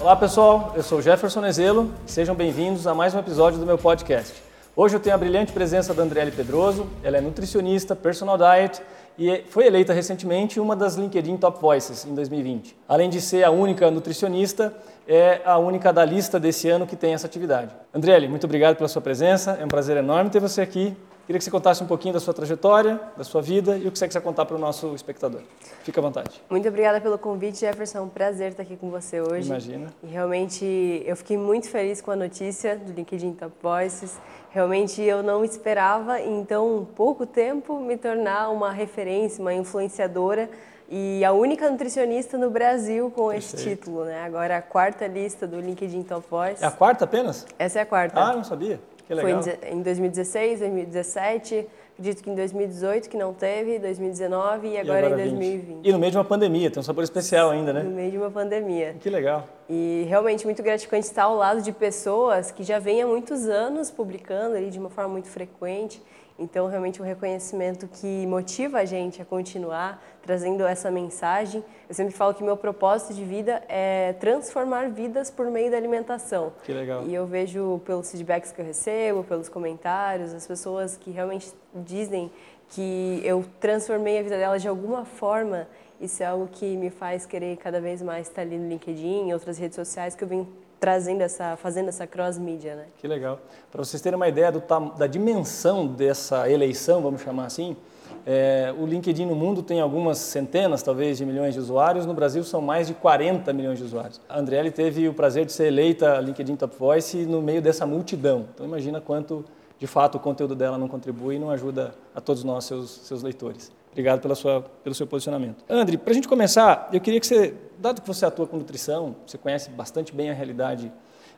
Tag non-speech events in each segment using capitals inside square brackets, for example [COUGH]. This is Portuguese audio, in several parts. Olá pessoal, eu sou Jefferson Nezelo e sejam bem-vindos a mais um episódio do meu podcast. Hoje eu tenho a brilhante presença da Andriele Pedroso, ela é nutricionista, personal diet e foi eleita recentemente uma das LinkedIn Top Voices em 2020. Além de ser a única nutricionista, é a única da lista desse ano que tem essa atividade. Andriele, muito obrigado pela sua presença, é um prazer enorme ter você aqui. Queria que você contasse um pouquinho da sua trajetória, da sua vida e o que você quiser contar para o nosso espectador. Fica à vontade. Muito obrigada pelo convite, Jefferson. Um prazer estar aqui com você hoje. Imagina. E realmente eu fiquei muito feliz com a notícia do LinkedIn Top Voices. Realmente eu não esperava, em tão pouco tempo, me tornar uma referência, uma influenciadora e a única nutricionista no Brasil com esse Perfeito. título, né? Agora a quarta lista do LinkedIn Top Voices. É a quarta apenas? Essa é a quarta. Ah, não sabia. Que Foi em legal. deze- em 2016, 2017, acredito que em 2018 que não teve, 2019 e E agora, é em 20. 2020. E no meio de uma pandemia, tem um sabor especial ainda, No né? meio de uma pandemia. Que legal. E realmente muito gratificante estar ao lado de pessoas que já vêm há muitos anos publicando ali de uma forma muito frequente. Então, realmente um reconhecimento que motiva a gente a continuar trazendo essa mensagem. Eu sempre falo que meu propósito de vida é transformar vidas por meio da alimentação. Que legal. E eu vejo pelos feedbacks que eu recebo, pelos comentários, as pessoas que realmente dizem que eu transformei a vida delas de alguma forma. Isso é algo que me faz querer cada vez mais estar ali no LinkedIn, em outras redes sociais que eu venho trazendo essa, fazendo essa cross mídia, né? Que legal. Para vocês terem uma ideia do tam- da dimensão dessa eleição, vamos chamar assim, é, o LinkedIn no mundo tem algumas centenas, talvez, de milhões de usuários. No Brasil são mais de 40 milhões de usuários. A Andriele teve o prazer de ser eleita LinkedIn Top Voice no meio dessa multidão. Então imagina quanto, de fato, o conteúdo dela não contribui e não ajuda a todos nós, seus, seus leitores. Obrigado pela sua, pelo seu posicionamento. André, para a gente começar, eu queria que você, dado que você atua com nutrição, você conhece bastante bem a realidade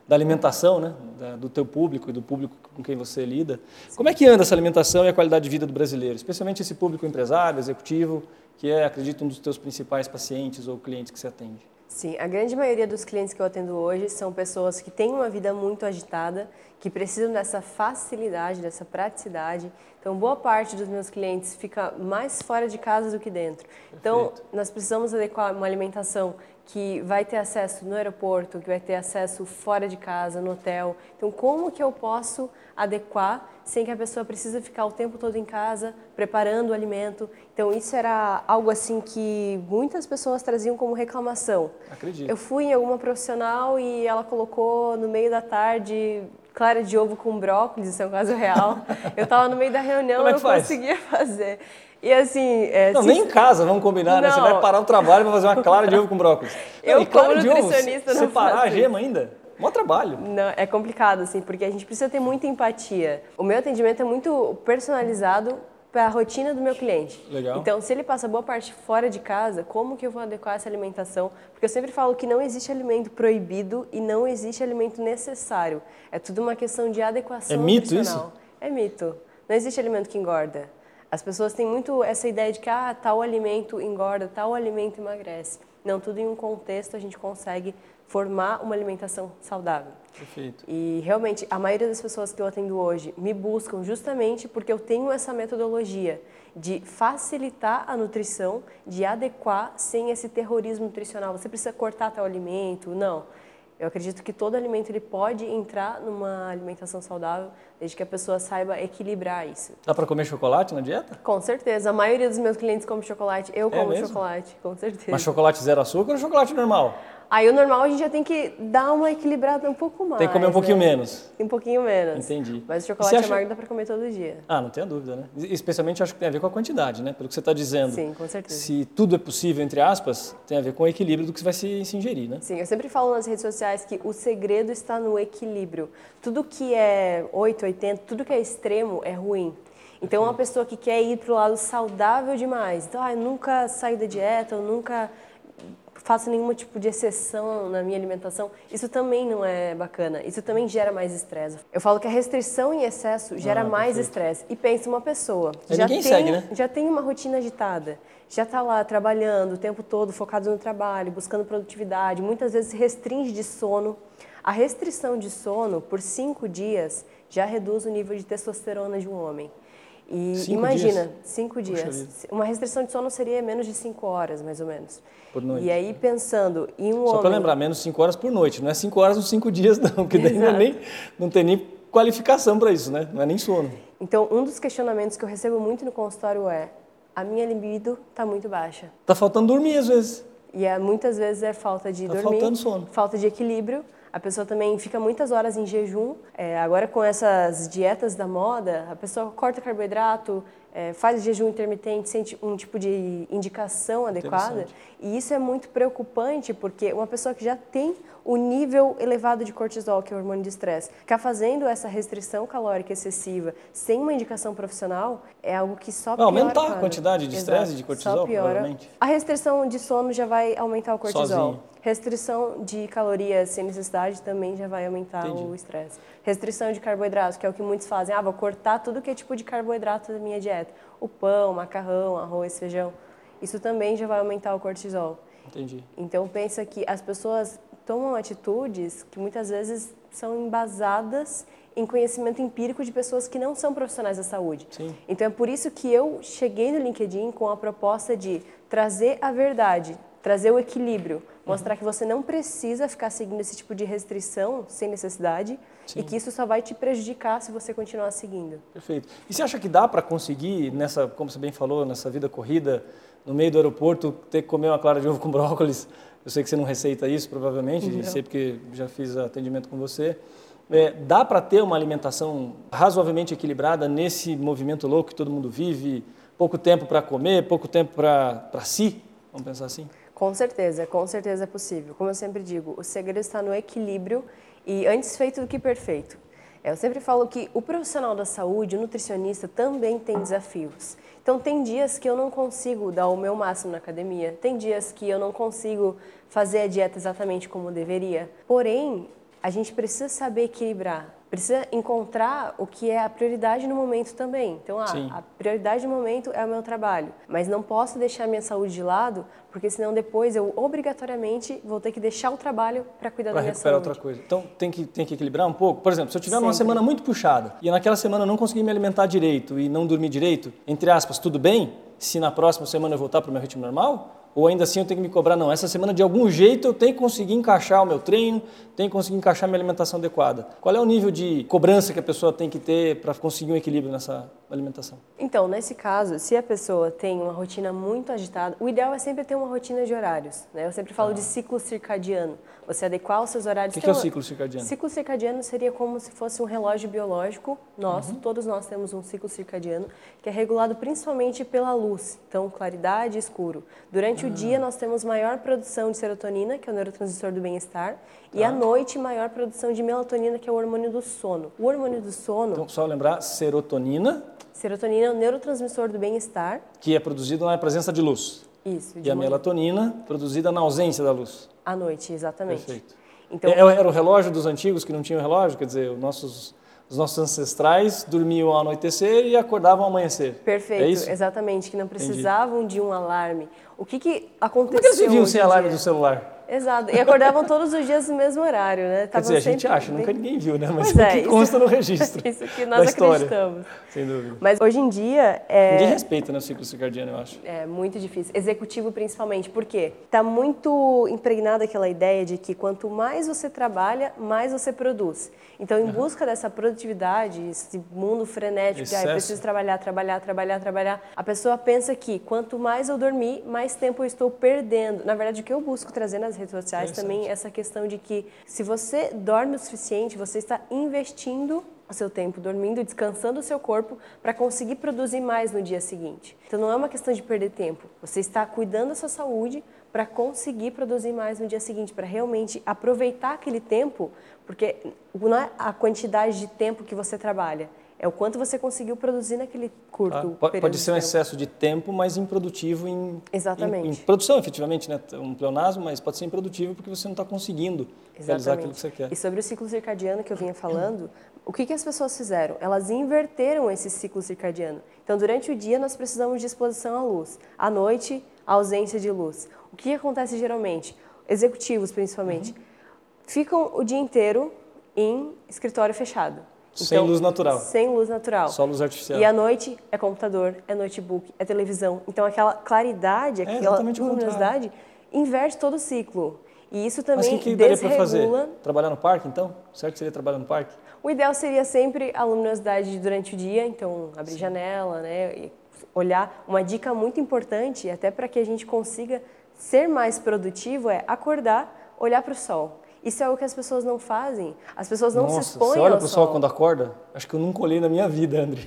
da alimentação, né? da- do teu público e do público com quem você lida. Como é que anda essa alimentação e a qualidade de vida do brasileiro, especialmente esse público empresário, executivo, que é, acredito, um dos teus principais pacientes ou clientes que você atende? Sim, a grande maioria dos clientes que eu atendo hoje são pessoas que têm uma vida muito agitada, que precisam dessa facilidade, dessa praticidade. Então, boa parte dos meus clientes fica mais fora de casa do que dentro. Então, nós precisamos adequar uma alimentação que vai ter acesso no aeroporto, que vai ter acesso fora de casa, no hotel. Então, como que eu posso adequar sem que a pessoa precise ficar o tempo todo em casa preparando o alimento? Então, isso era algo assim que muitas pessoas traziam como reclamação. Acredito. Eu fui em alguma profissional e ela colocou no meio da tarde clara de ovo com brócolis, isso é um caso real. Eu tava no meio da reunião, Como é eu que não faz? conseguia fazer. E assim, é, Não, se- nem em casa, vamos combinar, né? Você Não. vai parar o trabalho para fazer uma clara de ovo com [LAUGHS] brócolis. Eu, e clara como de ovo, nutricionista, não separar faço a gema ainda? Mó trabalho. Não, é complicado, assim, porque a gente precisa ter muita empatia. O meu atendimento é muito personalizado para a rotina do meu cliente. Legal. Então, se ele passa boa parte fora de casa, como que eu vou adequar essa alimentação? Porque eu sempre falo que não existe alimento proibido e não existe alimento necessário. É tudo uma questão de adequação É mito nutricional. É mito. Não existe alimento que engorda. As pessoas têm muito essa ideia de que ah, tal alimento engorda, tal alimento emagrece. Não, tudo em um contexto a gente consegue formar uma alimentação saudável. Perfeito. E realmente, a maioria das pessoas que eu atendo hoje me buscam justamente porque eu tenho essa metodologia de facilitar a nutrição, de adequar sem esse terrorismo nutricional. Você precisa cortar tal alimento? Não. Eu acredito que todo alimento ele pode entrar numa alimentação saudável, desde que a pessoa saiba equilibrar isso. Dá para comer chocolate na dieta? Com certeza, a maioria dos meus clientes come chocolate, eu como É mesmo? chocolate, com certeza. Mas chocolate zero açúcar ou chocolate normal? Aí o normal a gente já tem que dar uma equilibrada um pouco mais. Tem que comer um pouquinho né? menos. Um pouquinho menos. Entendi. Mas o Você chocolate acha- amargo dá pra comer todo dia. Ah, não tenha dúvida, né? Especialmente acho que tem a ver com a quantidade, né? Pelo que você está dizendo. Sim, com certeza. Se tudo é possível, entre aspas, tem a ver com o equilíbrio do que vai se, se ingerir, né? Sim, eu sempre falo nas redes sociais que o segredo está no equilíbrio. Tudo que é 8, 80, tudo que é extremo é ruim. Então, uma pessoa que quer ir pro lado saudável demais, então, ah, eu nunca saio da dieta, eu nunca faço nenhum tipo de exceção na minha alimentação, isso também não é bacana. Isso também gera mais estresse. Eu falo que a restrição em excesso gera Ah, mais perfeito. estresse. E pensa uma pessoa que Aí já ninguém tem, segue, né? já tem uma rotina agitada, já está lá trabalhando o tempo todo, focado no trabalho, buscando produtividade, muitas vezes restringe de sono. A restrição de sono por cinco dias já reduz o nível de testosterona de um homem. E Cinco imagina, dias? cinco Puxa dias. Uma restrição de sono seria menos de cinco horas, mais ou menos. Por noite. né? E aí, pensando em um Só para homem... lembrar, menos 5 horas por noite. Não é 5 horas nos 5 [LAUGHS] dias, não, porque daí não, é Exato. nem, não tem nem qualificação para isso, né? Não é nem sono. Então, um dos questionamentos que eu recebo muito no consultório é a minha libido está muito baixa. Tá faltando dormir às vezes. E é, muitas vezes é falta de Tá dormir, faltando sono. falta de equilíbrio. A pessoa também fica muitas horas em jejum. É, agora com essas dietas da moda, a pessoa corta carboidrato, é, faz jejum intermitente sem ti- um tipo de indicação adequada. E isso é muito preocupante porque uma pessoa que já tem o nível elevado de cortisol, que é o hormônio de estresse, ficar fazendo essa restrição calórica excessiva sem uma indicação profissional é algo que só Vai aumentar piora a quadro. quantidade de estresse, Exato. de cortisol, Só piora. provavelmente. A restrição de sono já vai aumentar o cortisol. Sozinho. Restrição de calorias sem necessidade também já vai aumentar Entendi. o estresse. Restrição de carboidratos, que é o que muitos fazem. Ah, vou cortar tudo que é tipo de carboidrato da minha dieta. O pão, macarrão, arroz, feijão. Isso também já vai aumentar o cortisol. Entendi. Então pensa que as pessoas tomam atitudes que muitas vezes são embasadas em conhecimento empírico de pessoas que não são profissionais da saúde. Sim. Então é por isso que eu cheguei no LinkedIn com a proposta de trazer a verdade, trazer o equilíbrio, mostrar que você não precisa ficar seguindo esse tipo de restrição sem necessidade e que isso só vai te prejudicar se você continuar seguindo. Perfeito. E você acha que dá para conseguir, nessa, como você bem falou, nessa vida corrida, no meio do aeroporto, ter que comer uma clara de ovo com brócolis? Eu sei que você não receita isso, provavelmente, e sei porque já fiz atendimento com você. É, dá para ter uma alimentação razoavelmente equilibrada nesse movimento louco que todo mundo vive? Pouco tempo para comer, pouco tempo para si? Vamos pensar assim? Com certeza, com certeza é possível. Como eu sempre digo, o segredo está no equilíbrio e antes feito do que perfeito. Eu sempre falo que o profissional da saúde, o nutricionista, também tem desafios. Então, tem dias que eu não consigo dar o meu máximo na academia, tem dias que eu não consigo fazer a dieta exatamente como deveria. Porém, a gente precisa saber equilibrar, precisa encontrar o que é a prioridade no momento também. Então, ah, Sim. a prioridade no momento é o meu trabalho, mas não posso deixar a minha saúde de lado, porque senão depois eu obrigatoriamente vou ter que deixar o trabalho para cuidar Para da minha recuperar é saúde. outra coisa. Então tem que, tem que equilibrar um pouco. Por exemplo, se eu tiver uma Sempre. semana muito puxada e naquela semana eu não conseguir me alimentar direito e não dormir direito, entre aspas, tudo bem, se na próxima semana eu voltar para o meu ritmo normal? Ou ainda assim eu tenho que me cobrar? Não, essa semana de algum jeito eu tenho que conseguir encaixar o meu treino, tenho que conseguir encaixar minha alimentação adequada. Qual é o nível de cobrança que a pessoa tem que ter para conseguir um equilíbrio nessa alimentação? Então, nesse caso, se a pessoa tem uma rotina muito agitada, o ideal é sempre ter uma rotina de horários. Né? Eu sempre falo de ciclo circadiano. Você adequar os seus O horários. que, que é Então, o ciclo circadiano? Ciclo circadiano seria como se fosse um relógio biológico nosso. Uhum. Todos nós temos um ciclo circadiano que é regulado principalmente pela luz, então claridade e escuro. Durante o Ah. dia nós temos maior produção de serotonina, que é o neurotransmissor do bem-estar, e à Tá. noite maior produção de melatonina, que é o hormônio do sono. O hormônio do sono, Então, só lembrar, serotonina, serotonina é o neurotransmissor do bem-estar. que é produzida na presença de luz. Isso, E de a manhã, melatonina, produzida na ausência da luz. à noite, exatamente. Perfeito. Então, É- Era o relógio dos antigos que não tinha relógio, quer dizer, os nossos, os nossos ancestrais dormiam ao anoitecer e acordavam ao amanhecer. Perfeito, É isso? exatamente, que não precisavam de um alarme. O que, que Como aconteceu? é que eles viviam hoje sem em alarme dia? do celular? Exato, e acordavam todos os dias no mesmo horário, [LAUGHS] Quer né? Tavam dizer, a gente sempre acha, bem- nunca [LAUGHS] ninguém viu, né? Mas Pois é, o que isso- consta no registro, [LAUGHS] Isso que da nós história. acreditamos. sem dúvida. Mas hoje em dia é, Ninguém respeita né, o ciclo circadiano, eu acho. é muito difícil, executivo principalmente, por quê? Está muito impregnada aquela ideia de que quanto mais você trabalha, mais você produz. Então, em busca dessa produtividade, esse mundo frenético, de, ah, eu Excesso. preciso trabalhar, trabalhar, trabalhar, trabalhar, a pessoa pensa que quanto mais eu dormir, mais tempo eu estou perdendo. Na verdade, o que eu busco trazer nas redes sociais Interessante. também é essa questão de que se você dorme o suficiente, você está investindo o seu tempo dormindo, descansando o seu corpo para conseguir produzir mais no dia seguinte. Então não é uma questão de perder tempo. Você está cuidando da sua saúde para conseguir produzir mais no dia seguinte, para realmente aproveitar aquele tempo, porque não é a quantidade de tempo que você trabalha, é o quanto você conseguiu produzir naquele curto tá? Po- período. Pode, de ser um tempo. excesso de tempo, mas improdutivo em, Exatamente. em, em produção, efetivamente, né? Um pleonasmo, mas pode ser improdutivo porque você não está conseguindo realizar aquilo que você quer. E sobre o ciclo circadiano que eu vinha falando, o que, que as pessoas fizeram? Elas inverteram esse ciclo circadiano. Então, durante o dia, nós precisamos de exposição à luz. À noite, a ausência de luz. O que acontece geralmente? Uhum. Executivos, principalmente, ficam o dia inteiro em escritório fechado. Sem Então, luz natural. Sem luz natural. Só luz artificial. E à noite é computador, é notebook, é televisão. Então aquela claridade, aquela É, exatamente o contrário. luminosidade inverte todo o ciclo. E isso também Mas o que, que daria para fazer? desregula. Trabalhar no parque, então? Certo que seria trabalhar no parque? O ideal seria sempre a luminosidade durante o dia, então abrir janela, né? E olhar. Uma dica muito importante, até para que a gente consiga ser mais produtivo, é acordar, olhar para o sol. Isso é o que as pessoas não fazem. As pessoas não Nossa, se expõem você olha ao pro sol quando acorda? Acho que eu nunca olhei na minha vida, [LAUGHS] André.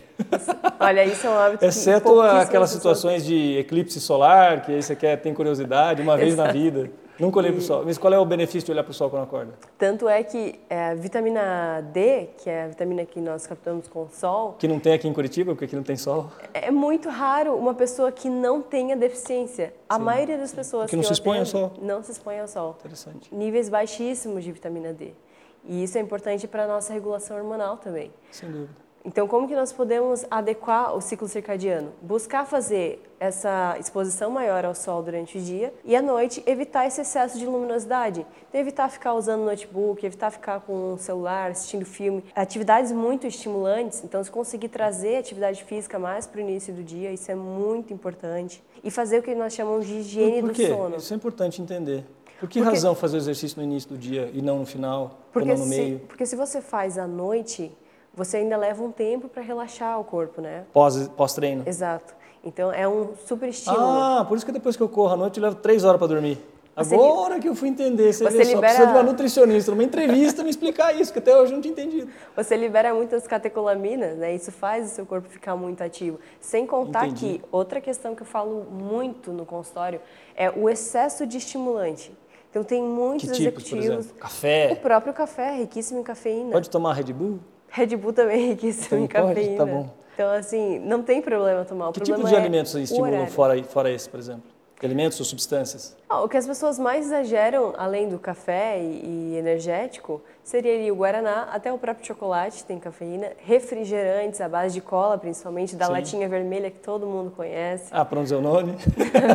Olha, isso é um hábito que Exceto pouquíssimas aquelas pessoas situações de eclipse solar, que aí você quer, tem curiosidade, uma vez na vida. Nunca olhei pro sol. Mas qual é o benefício de olhar pro sol quando acorda? Tanto é que é, a vitamina D, que é a vitamina que nós captamos com o sol, Que não tem aqui em Curitiba, porque aqui não tem sol. é muito raro uma pessoa que não tenha deficiência. A maioria das pessoas Porque não que se eu expõe ao atendo não se expõe ao sol. Interessante. Níveis baixíssimos de vitamina D. E isso é importante para a nossa regulação hormonal também. Sem dúvida. Então, como que nós podemos adequar o ciclo circadiano? Buscar fazer essa exposição maior ao sol durante o dia e à noite evitar esse excesso de luminosidade. Então, evitar ficar usando notebook, evitar ficar com o celular, assistindo filme. Atividades muito estimulantes, então se conseguir trazer atividade física mais para o início do dia, isso é muito importante. E fazer o que nós chamamos de higiene Por do quê? sono. Isso é importante entender. Por que Porque- razão fazer o exercício no início do dia e não no final, Porque, ou não no se, meio? porque se você faz à noite, você ainda leva um tempo para relaxar o corpo, né? Pós- Pós-treino. Exato. Então é um super estímulo. ah, por isso que depois que eu corro à noite, eu levo três horas para dormir. Você Agora que eu fui entender, você, Você vê só, libera- precisa de uma nutricionista, numa entrevista, me explicar isso, que até hoje eu não tinha entendido. Você libera muitas catecolaminas, né? Isso faz o seu corpo ficar muito ativo. Sem contar Entendi. que outra questão que eu falo muito no consultório é o excesso de estimulante. Então tem muitos Que tipos, por executivos. exemplo? Café. O próprio café é riquíssimo em cafeína. Pode tomar Red Bull? Red Bull também é riquíssimo em Então pode, tá cafeína. bom. Então, assim, não tem problema tomar. O Que problema tipo de é alimentos o estimulam horário. fora, fora esse, por exemplo? Alimentos ou substâncias? Ah, o que as pessoas mais exageram, além do café e, e energético, seria ali o Guaraná, até o próprio chocolate tem cafeína, refrigerantes à base de cola, principalmente da Sim. latinha vermelha que todo mundo conhece. [LAUGHS] Ah, para não dizer o nome,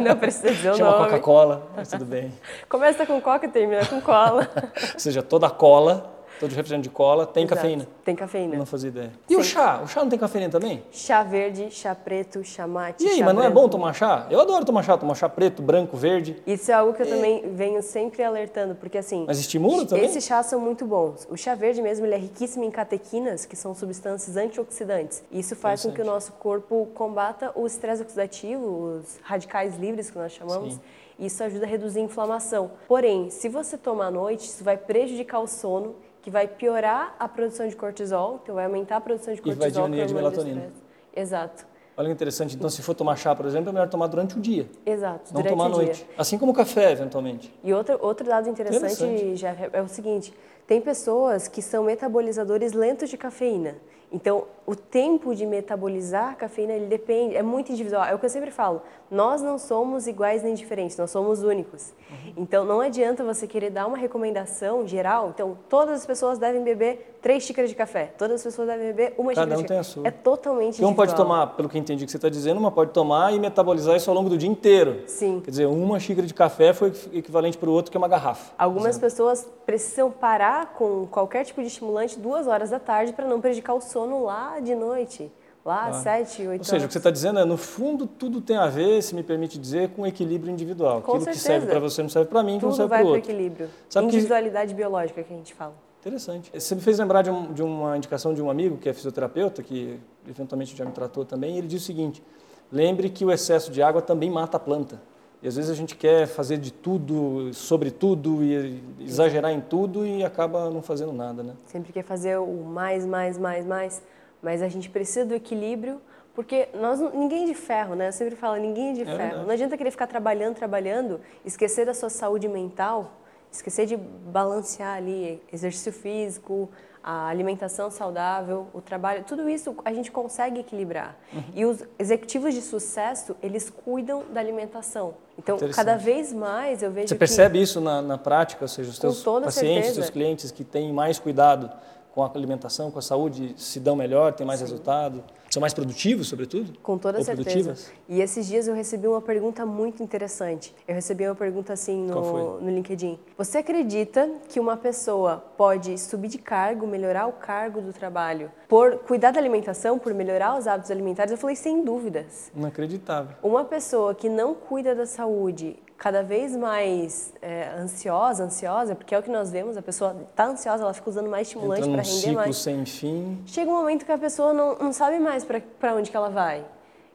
Não precisa dizer o [LAUGHS] chama nome. Coca-Cola, mas tudo bem. Começa com coca e termina com [LAUGHS] cola. Ou seja, toda cola, todo refrigerante de cola tem Exato. cafeína. Tem Eu cafeína. não fazia ideia. E o chá? O chá não tem cafeína também? Chá verde, chá preto, chá mate, E aí, chá mas não é branco. bom tomar chá? Eu adoro tomar chá, tomar chá preto, branco, verde. Isso é algo que eu também venho sempre alertando, porque assim... Mas estimula também? Esses chás são muito bons. O chá verde mesmo, ele é riquíssimo em catequinas, que são substâncias antioxidantes. Isso faz com que o nosso corpo combata o estresse oxidativo, os radicais livres que nós chamamos. Isso ajuda a reduzir a inflamação. Porém, se você tomar à noite, isso vai prejudicar o sono, que vai piorar a produção de cortisol, então vai aumentar a produção de vai cortisol. diminuir que é a de o hormônio do melatonina. estresse. Exato, Olha que interessante. Então, se for tomar chá, por exemplo, é melhor tomar durante o dia, exato. não durante tomar à o dia. noite. Assim como café, eventualmente. E outro, outro dado interessante, Interessante. Jeff, é o seguinte: tem pessoas que são metabolizadores lentos de cafeína. Então, o tempo de metabolizar a cafeína ele depende, é muito individual. É o que eu sempre falo: nós não somos iguais nem diferentes, nós somos únicos. Uhum. Então, não adianta você querer dar uma recomendação geral. Então, todas as pessoas devem beber três xícaras de café, todas as pessoas devem beber uma Cada xícara um de tem a café. sua. É totalmente Porque um individual. pode tomar, pelo que eu entendi que você está dizendo, uma pode tomar e metabolizar isso ao longo do dia inteiro. Sim. Quer dizer, uma xícara de café foi equivalente para o outro que é uma garrafa. Algumas pessoas precisam parar com qualquer tipo de estimulante duas horas da tarde para não prejudicar o sono lá de noite, lá às sete, oito Ou seja, o que horas. você está dizendo é, no fundo, tudo tem a ver, se me permite dizer, com equilíbrio individual. Com Aquilo que certeza. serve para você não serve para mim, que não Tudo serve vai para o para o outro. equilíbrio. Sabe que- Individualidade biológica que a gente fala. Interessante. Você me fez lembrar de, um- de uma indicação de um amigo que é fisioterapeuta, que eventualmente já me tratou também, e ele diz o seguinte: lembre que o excesso de água também mata a planta. E às vezes a gente quer fazer de tudo, sobre tudo, e exagerar em tudo e acaba não fazendo nada, né? Sempre quer fazer o mais, mais, mais, mais, mas a gente precisa do equilíbrio, porque nós não- ninguém é de ferro, né? Eu sempre falo, ninguém é de ferro. verdade. Não adianta querer ficar trabalhando, trabalhando, esquecer da sua saúde mental, esquecer de balancear ali exercício físico, a alimentação saudável, o trabalho, tudo isso a gente consegue equilibrar. Uhum. E os executivos de sucesso, eles cuidam da alimentação. Então, Interessante. cada vez mais eu vejo Você que- percebe isso na, na prática, ou seja, os Com seus toda pacientes, certeza. seus clientes que têm mais cuidado com a alimentação, com a saúde, se dão melhor, têm mais resultado. São mais produtivos, sobretudo? Com toda Ou certeza. produtivas? E esses dias eu recebi uma pergunta muito interessante. Eu recebi uma pergunta assim Qual no, foi? no LinkedIn. Você acredita que uma pessoa pode subir de cargo, melhorar o cargo do trabalho, por cuidar da alimentação, por melhorar os hábitos alimentares? Eu falei, sem dúvidas. Inacreditável. Uma pessoa que não cuida da saúde, cada vez mais é, ansiosa, ansiosa, porque é o que nós vemos, a pessoa está ansiosa, ela fica usando mais estimulante Entra para num render ciclo mais. sem fim. Chega um momento que a pessoa não, não sabe mais para onde que ela vai.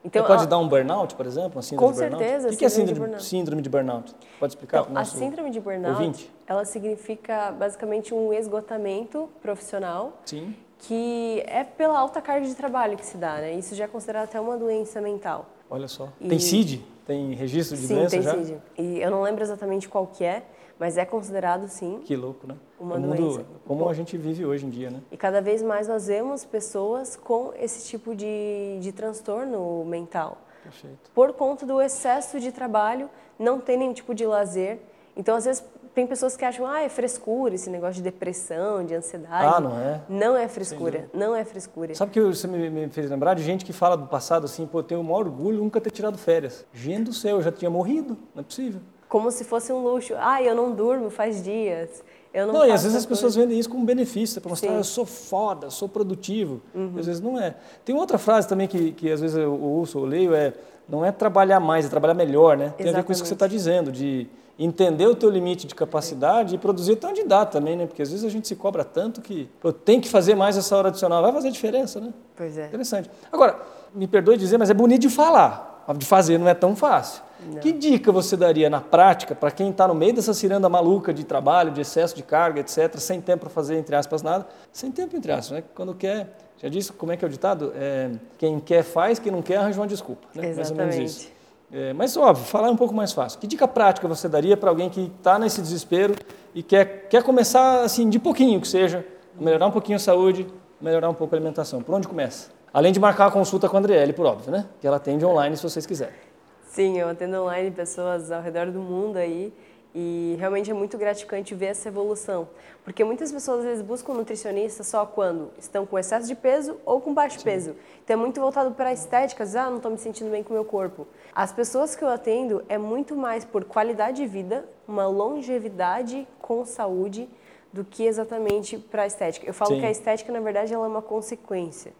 Então, Pode a, dar um burnout, por exemplo? Uma síndrome Com de burnout? certeza, O que que é síndrome de síndrome, burnout. síndrome de burnout? Pode explicar é então, para o a nosso síndrome de burnout, ouvinte? ela significa basicamente um esgotamento profissional Sim. que é pela alta carga de trabalho que se dá, né? Isso já é considerado até uma doença mental. Olha só. E- Tem CID? Tem registro de Sim, doença tem já? CID. E eu não lembro exatamente qual que é, mas é considerado sim. Que louco, né? Uma o doença. mundo, como a gente vive hoje em dia, né? E cada vez mais nós vemos pessoas com esse tipo de, de transtorno mental. Perfeito. Por conta do excesso de trabalho, não tem nenhum tipo de lazer. Então, às vezes, tem pessoas que acham, ah, é frescura esse negócio de depressão, de ansiedade. Ah, não é? Não é frescura, não é frescura. Sabe o que você me, me fez lembrar de gente que fala do passado assim, pô, eu tenho o maior orgulho de nunca ter tirado férias. Gente do céu, eu já tinha morrido, não é possível. Como se fosse um luxo. Ah, eu não durmo faz dias. Eu não, Não, e às faço vezes as coisa." pessoas vendem isso como benefício, para mostrar, "Ah, Sim. Uhum. eu sou foda, sou produtivo. E Às vezes não é. Tem outra frase também que, que às vezes eu ouço ou leio, é, não é trabalhar mais, é trabalhar melhor, né? Tem a ver com isso que você está dizendo, de entender o teu limite de capacidade e produzir até onde dá também, né? Porque às vezes a gente se cobra tanto que, pô, tem que fazer mais essa hora adicional, vai fazer diferença, né? Pois é. Interessante. Agora, me perdoe dizer, mas é bonito de falar, mas de fazer não é tão fácil. Que dica você daria na prática para quem está no meio dessa ciranda maluca de trabalho, de excesso de carga, etc., sem tempo para fazer, entre aspas, nada? Sem tempo, entre aspas, né? Quando quer. Já disse como é que é o ditado? É, quem quer faz, quem não quer arranja uma desculpa. Né? Mais ou menos isso. Exatamente. É, mas, óbvio, falar é um pouco mais fácil. Que dica prática você daria para alguém que está nesse desespero e quer, quer começar, assim, de pouquinho que seja, a melhorar um pouquinho a saúde, melhorar um pouco a alimentação? Por onde começa? Além de marcar a consulta com a Andriele, por óbvio, né? Que ela atende online se vocês quiserem. Sim, eu atendo online pessoas ao redor do mundo aí e realmente é muito gratificante ver essa evolução. Porque muitas pessoas às vezes buscam um nutricionista só quando estão com excesso de peso ou com baixo peso. Então é muito voltado para estéticas, ah, não estou me sentindo bem com o meu corpo. As pessoas que eu atendo é muito mais por qualidade de vida, uma longevidade com saúde do que exatamente para a estética. Eu falo Sim. que a estética, na verdade, ela é uma consequência.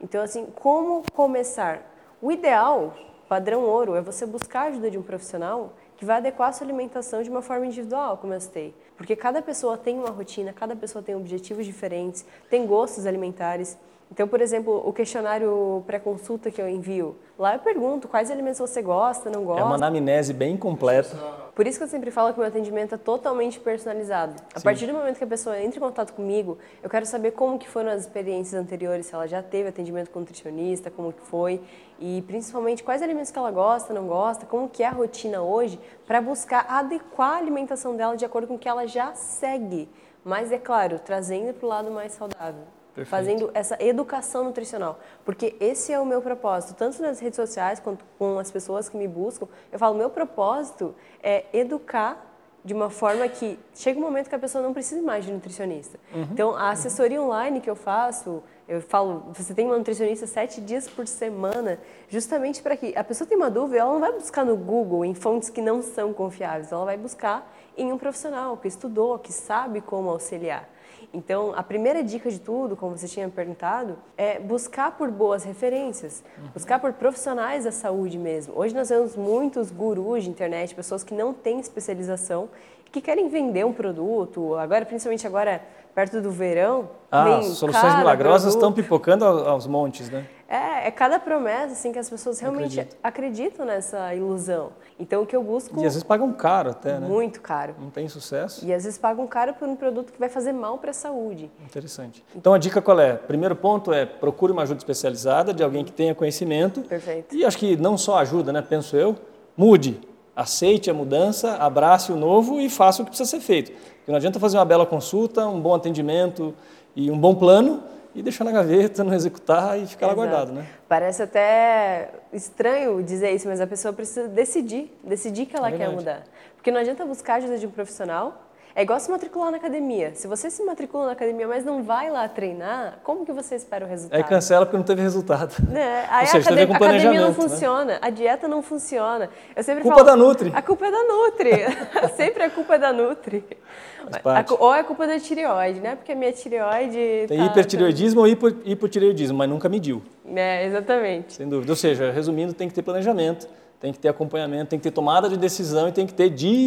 Então, assim, como começar? O ideal, padrão ouro, é você buscar a ajuda de um profissional que vai adequar a sua alimentação de uma forma individual, como eu citei. Porque cada pessoa tem uma rotina, cada pessoa tem objetivos diferentes, tem gostos alimentares. Então, por exemplo, o questionário pré-consulta que eu envio, lá eu pergunto quais alimentos você gosta, não gosta. É uma anamnese bem completa. Por isso que eu sempre falo que meu atendimento é totalmente personalizado. A partir do momento que a pessoa entra em contato comigo, eu quero saber como que foram as experiências anteriores, se ela já teve atendimento com nutricionista, como que foi, e principalmente quais alimentos que ela gosta, não gosta, como que é a rotina hoje, para buscar adequar a alimentação dela de acordo com o que ela já segue. Mas é claro, trazendo para o lado mais saudável. Perfeito. Fazendo essa educação nutricional. Porque esse é o meu propósito, tanto nas redes sociais quanto com as pessoas que me buscam. Eu falo, meu propósito é educar de uma forma que chega um momento que a pessoa não precisa mais de nutricionista. Então, a assessoria online que eu faço, eu falo, você tem uma nutricionista sete dias por semana, justamente para que a pessoa tem uma dúvida, ela não vai buscar no Google, em fontes que não são confiáveis, ela vai buscar em um profissional que estudou, que sabe como auxiliar. Então, a primeira dica de tudo, como você tinha perguntado, é buscar por boas referências, buscar por profissionais da saúde mesmo. Hoje nós vemos muitos gurus de internet, pessoas que não têm especialização, que querem vender um produto, agora principalmente agora perto do verão. Ah, vem as soluções cada milagrosas produto. estão pipocando aos aos montes, né? É, é cada promessa assim que as pessoas realmente Acredito. acreditam nessa ilusão. Então, o que eu busco E às vezes pagam caro até, né? muito caro. Não tem sucesso. E às vezes pagam caro por um produto que vai fazer mal para a saúde. Interessante. Então a dica qual é? Primeiro ponto é procure uma ajuda especializada de alguém que tenha conhecimento. Perfeito. E acho que não só ajuda, né? Penso eu, mude. Aceite a mudança, abrace o novo e faça o que precisa ser feito. Porque não adianta fazer uma bela consulta, um bom atendimento e um bom plano e deixar na gaveta, não executar e ficar lá Exato. guardado, né? Parece até estranho dizer isso, mas a pessoa precisa decidir, decidir que ela É quer verdade. mudar. Porque não adianta buscar a ajuda de um profissional, É igual se matricular na academia. Se você se matricula na academia, mas não vai lá treinar, como que você espera o resultado? Aí cancela porque não teve [LAUGHS] resultado. Né? Aí É Ou seja, a tem a ver com academia, a academia não planejamento, né? funciona, a dieta não funciona. Eu sempre Culpa falo, da Nutri. A culpa é da Nutri. [LAUGHS] sempre a culpa é da Nutri. A parte. cu- ou é culpa da tireoide, né? Porque a minha tireoide. Tem tá- hipertireoidismo ou hipo, hipotireoidismo, mas nunca mediu, É, exatamente. sem dúvida. Ou seja, resumindo, tem que ter planejamento, tem que ter acompanhamento, tem que ter tomada de decisão e tem que ter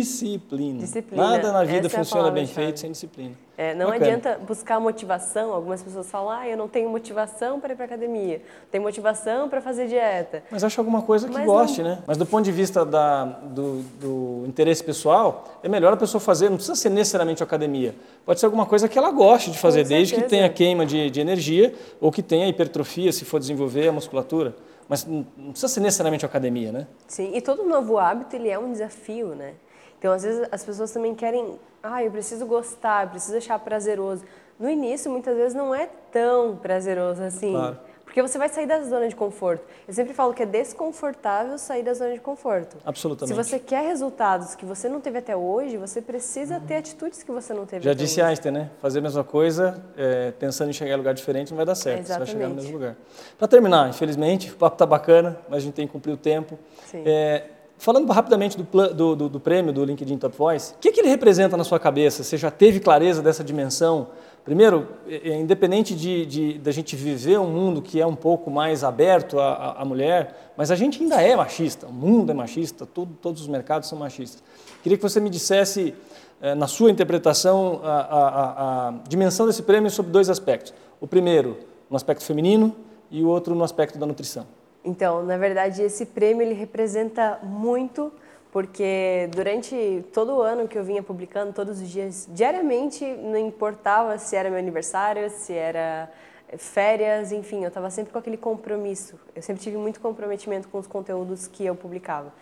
disciplina. Disciplina, Nada na vida essa é a funciona bem palavra-chave. feito sem disciplina. É, não Bacana. adianta buscar motivação. Algumas pessoas falam, ah, eu não tenho motivação para ir para academia, não tenho motivação para fazer dieta. Mas acho alguma coisa que Mas goste, né? Mas do ponto de vista da- do, do interesse pessoal, é melhor a pessoa fazer, não precisa ser necessariamente academia. Pode ser alguma coisa que ela goste de fazer, desde que certeza. tenha queima de, de energia ou que tenha hipertrofia, se for desenvolver a musculatura. Mas não não precisa ser necessariamente academia, né? Sim, e todo novo hábito ele é um desafio, né? Então, às vezes as pessoas também querem, ah, eu preciso gostar, eu preciso achar prazeroso. No início, muitas vezes não é tão prazeroso assim. Claro. Porque você vai sair da zona de conforto. Eu sempre falo que é desconfortável sair da zona de conforto. Absolutamente. Se você quer resultados que você não teve até hoje, você precisa ter atitudes que você não teve Já até disse hoje. Einstein, né? Fazer a mesma coisa, é, pensando em chegar em lugar diferente, não vai dar certo. Você vai chegar no Exatamente. mesmo lugar. Para terminar, infelizmente, o papo tá bacana, mas a gente tem que cumprir o tempo. Sim. É, falando rapidamente do, pla- do- do- do prêmio do LinkedIn Top Voice, o que, que ele representa na sua cabeça? Você já teve clareza dessa dimensão? Primeiro, é- é independente de, de- da gente viver um mundo que é um pouco mais aberto à, à- à mulher, mas a gente ainda é machista, o mundo é machista, todo- todos os mercados são machistas. Queria que você me dissesse, eh, na sua interpretação, a, a- a- a dimensão desse prêmio sobre dois aspectos. O primeiro, no aspecto feminino, e o outro no aspecto da nutrição. Então, na verdade, esse prêmio ele representa muito, porque durante todo o ano que eu vinha publicando, todos os dias, diariamente, não importava se era meu aniversário, se era eh, férias, enfim, eu estava sempre com aquele compromisso. Eu sempre tive muito comprometimento com os conteúdos que eu publicava.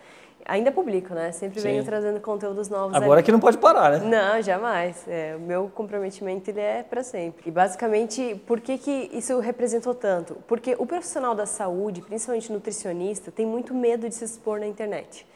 Ainda publico, né? Sempre Sim. venho trazendo conteúdos novos. Agora ali. que não pode parar, né? Não, jamais. É, o meu comprometimento ele é para sempre. E basicamente, por que, que isso representou tanto? Porque o profissional da saúde, principalmente nutricionista, tem muito medo de se expor na internet.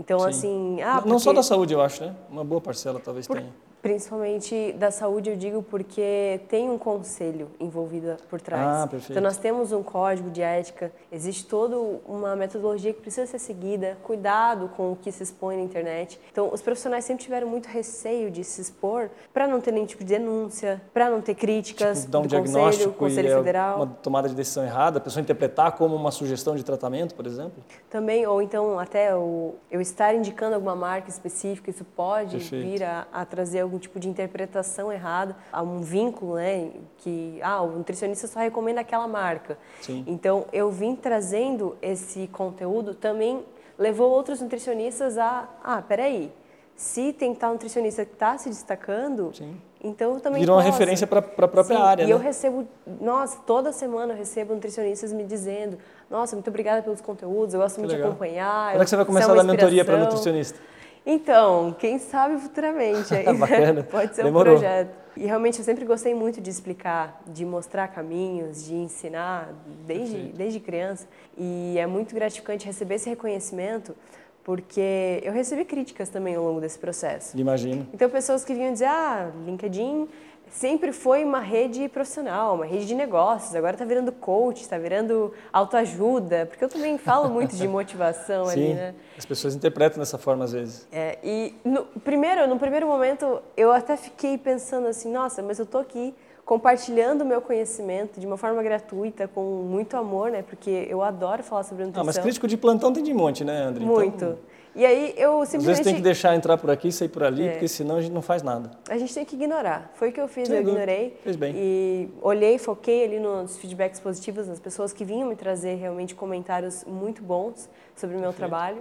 Então, Sim. assim, Não- ah, Não só porque- da saúde, eu acho, né? Uma boa parcela talvez por- tenha. Principalmente da saúde, eu digo porque tem um conselho envolvido por trás. Ah, perfeito. Então, nós temos um código de ética, existe toda uma metodologia que precisa ser seguida, cuidado com o que se expõe na internet. Então, os profissionais sempre tiveram muito receio de se expor para não ter nenhum tipo de denúncia, para não ter críticas Tipo, dar um do diagnóstico Conselho, Conselho e é, Federal. uma tomada de decisão errada, a pessoa interpretar como uma sugestão de tratamento, por exemplo. Também, ou então até o, eu estar indicando alguma marca específica, isso pode Perfeito. vir a, a trazer algum tipo de interpretação errada, a um vínculo, né? Que, ah, o nutricionista só recomenda aquela marca. Sim. Então, eu vim trazendo esse conteúdo também levou outros nutricionistas a, ah, peraí, se tem tal nutricionista que está se destacando, Sim. então eu também Virou uma posso. referência para a própria Sim, área, e né? eu recebo, nossa, toda semana eu recebo nutricionistas me dizendo, nossa, muito obrigada pelos conteúdos, eu gosto muito legal. de acompanhar. Quando é que você vai eu- começar você a é dar uma mentoria para inspiração." nutricionista? Então, quem [LAUGHS] sabe futuramente aí, né? Bacana. Pode ser Demorou. um projeto. E realmente eu sempre gostei muito de explicar, de mostrar caminhos, de ensinar desde, desde criança. E é muito gratificante receber esse reconhecimento, porque eu recebi críticas também ao longo desse processo. Imagino. Então, pessoas que vinham dizer, ah, LinkedIn sempre foi uma rede profissional, uma rede de negócios, agora está virando coach, está virando autoajuda, porque eu também falo muito de motivação ali, Sim, né? as pessoas interpretam dessa forma às vezes. É, e no primeiro, no primeiro momento, eu até fiquei pensando assim, nossa, mas eu tô aqui compartilhando o meu conhecimento de uma forma gratuita, com muito amor, né? Porque eu adoro falar sobre nutrição. Ah, mas crítico de plantão tem de monte, né, André? Então, Então. muito. e aí eu às simplesmente vezes tem que deixar entrar por aqui, sair por ali, É. porque senão a gente não faz nada. A gente tem que ignorar. Foi o que eu fiz, Sem eu dúvida. ignorei. Fez bem. E olhei, foquei ali nos feedbacks positivos, nas pessoas que vinham me trazer realmente comentários muito bons sobre o meu trabalho.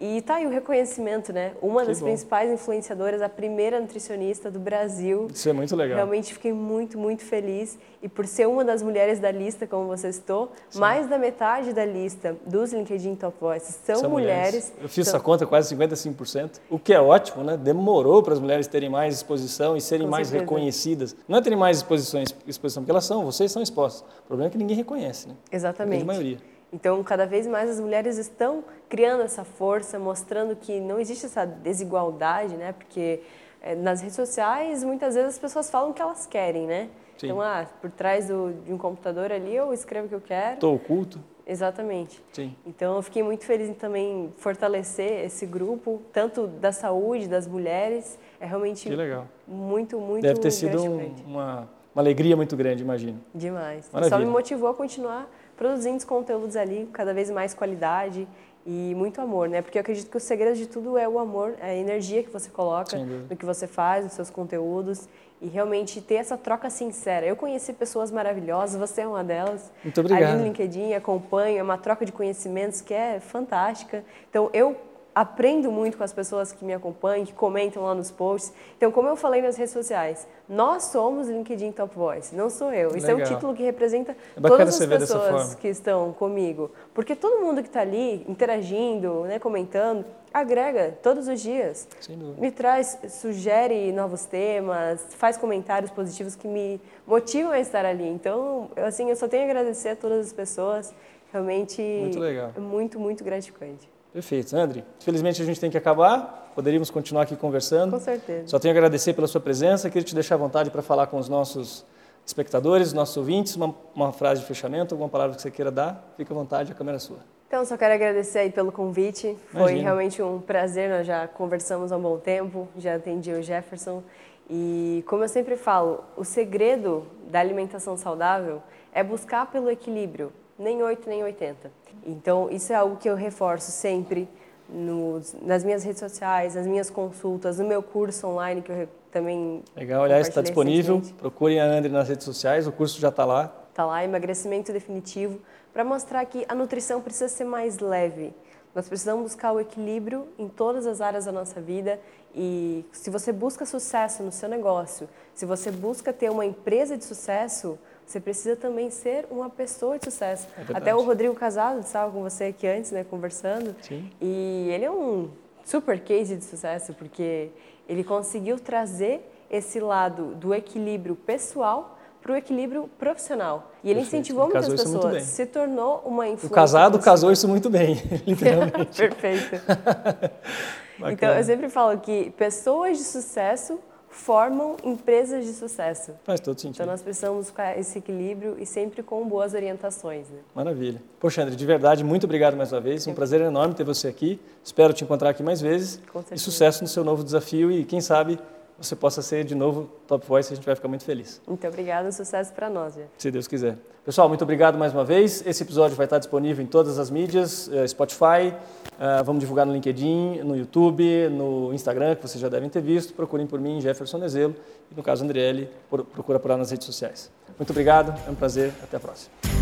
E tá aí o reconhecimento, né? Uma Que das bom. principais influenciadoras, a primeira nutricionista do Brasil. Isso é muito legal. Realmente fiquei muito, muito feliz. E por ser uma das mulheres da lista, como você citou, mais da metade da lista dos LinkedIn Top Voices são, mulheres. Eu fiz Então, essa conta, quase 55%, o que é ótimo, né? Demorou para as mulheres terem mais exposição e serem Com mais certeza. reconhecidas. Não é terem mais exposições, exposição, porque elas são, vocês são expostas. O problema é que ninguém reconhece, né? Exatamente. A maioria. Então, cada vez mais as mulheres estão criando essa força, mostrando que não existe essa desigualdade, né? Porque é, nas redes sociais, muitas vezes as pessoas falam o que elas querem, né? Sim. Então, ah, por trás do- de um computador ali, eu escrevo o que eu quero. Estou oculto? Exatamente. Sim. Então, eu fiquei muito feliz em também fortalecer esse grupo, tanto da saúde, das mulheres. É realmente Que legal. muito, muito Deve ter sido um- gratificante. uma, uma alegria muito grande, imagino. Demais. Maravilha. Só me motivou a continuar produzindo os conteúdos ali, com cada vez mais qualidade e muito amor, né? Porque eu acredito que o segredo de tudo é o amor, é a energia que você coloca Sem dúvida. no que você faz, nos seus conteúdos e realmente ter essa troca sincera. Eu conheci pessoas maravilhosas, você é uma delas. Muito obrigado. Ali no LinkedIn, acompanho, é uma troca de conhecimentos que é fantástica. Então, eu aprendo muito com as pessoas que me acompanham, que comentam lá nos posts. Então, como eu falei nas redes sociais, nós somos LinkedIn Top Voice, não sou eu. Isso é um Legal. É título que representa bacana todas você as ver dessa pessoas forma. que estão comigo. Porque todo mundo que está ali interagindo, né, comentando, agrega todos os dias. Sem dúvida. Me traz, sugere novos temas, faz comentários positivos que me motivam a estar ali. Então, eu, assim, eu só tenho a agradecer a todas as pessoas. Realmente Muito legal. é muito, muito gratificante. Perfeito. André, infelizmente a gente tem que acabar. Poderíamos continuar aqui conversando. Com certeza. Só tenho a agradecer pela sua presença. Queria te deixar à vontade para falar com os nossos espectadores, nossos ouvintes. Uma, uma frase de fechamento, alguma palavra que você queira dar. Fica à vontade, a câmera é sua. Então, só quero agradecer aí pelo convite. Foi Imagina. realmente um prazer. Nós já conversamos há um bom tempo, já atendi o Jefferson. E, como eu sempre falo, o segredo da alimentação saudável é buscar pelo equilíbrio, nem 8 nem 80. Então, isso é algo que eu reforço sempre nos- nas minhas redes sociais, nas minhas consultas, no meu curso online, que eu re- também Legal, aliás, está Compartilhei disponível. recentemente. Procurem a André nas redes sociais, o curso já está lá. Tá lá, emagrecimento definitivo, para mostrar que a nutrição precisa ser mais leve. Nós precisamos buscar o equilíbrio em todas as áreas da nossa vida e se você busca sucesso no seu negócio, se você busca ter uma empresa de sucesso, você precisa também ser uma pessoa de sucesso. verdade. Até o Rodrigo Casado estava com você aqui antes, né, conversando. Sim. E ele é um super case de sucesso porque ele conseguiu trazer esse lado do equilíbrio pessoal para o equilíbrio profissional. E ele Perfeito. incentivou Ele muitas casou isso muito pessoas, bem. se tornou uma influência. O casado [LAUGHS] profissional. casou isso muito bem, [LAUGHS] literalmente. Perfeito. [LAUGHS] Então, Bacana. eu sempre falo que pessoas de sucesso formam empresas de sucesso. Faz todo Então, sentido. nós precisamos buscar esse equilíbrio e sempre com boas orientações. Né? Maravilha. Poxa, André, de verdade, muito obrigado mais uma vez. Um prazer enorme ter você aqui. Espero te encontrar aqui mais vezes. Com certeza. E sucesso no seu novo desafio e quem sabe você possa ser de novo Top Voice, a gente vai ficar muito feliz. Muito obrigada, um sucesso para nós. Jeff. se Deus quiser. Pessoal, muito obrigado mais uma vez. Esse episódio vai estar disponível em todas as mídias, eh, Spotify, ah, vamos divulgar no LinkedIn, no YouTube, no Instagram, que vocês já devem ter visto. Procurem por mim, Jefferson Nezelo, e no caso Andriele, por- procura por lá nas redes sociais. Muito obrigado, é um prazer, até a próxima.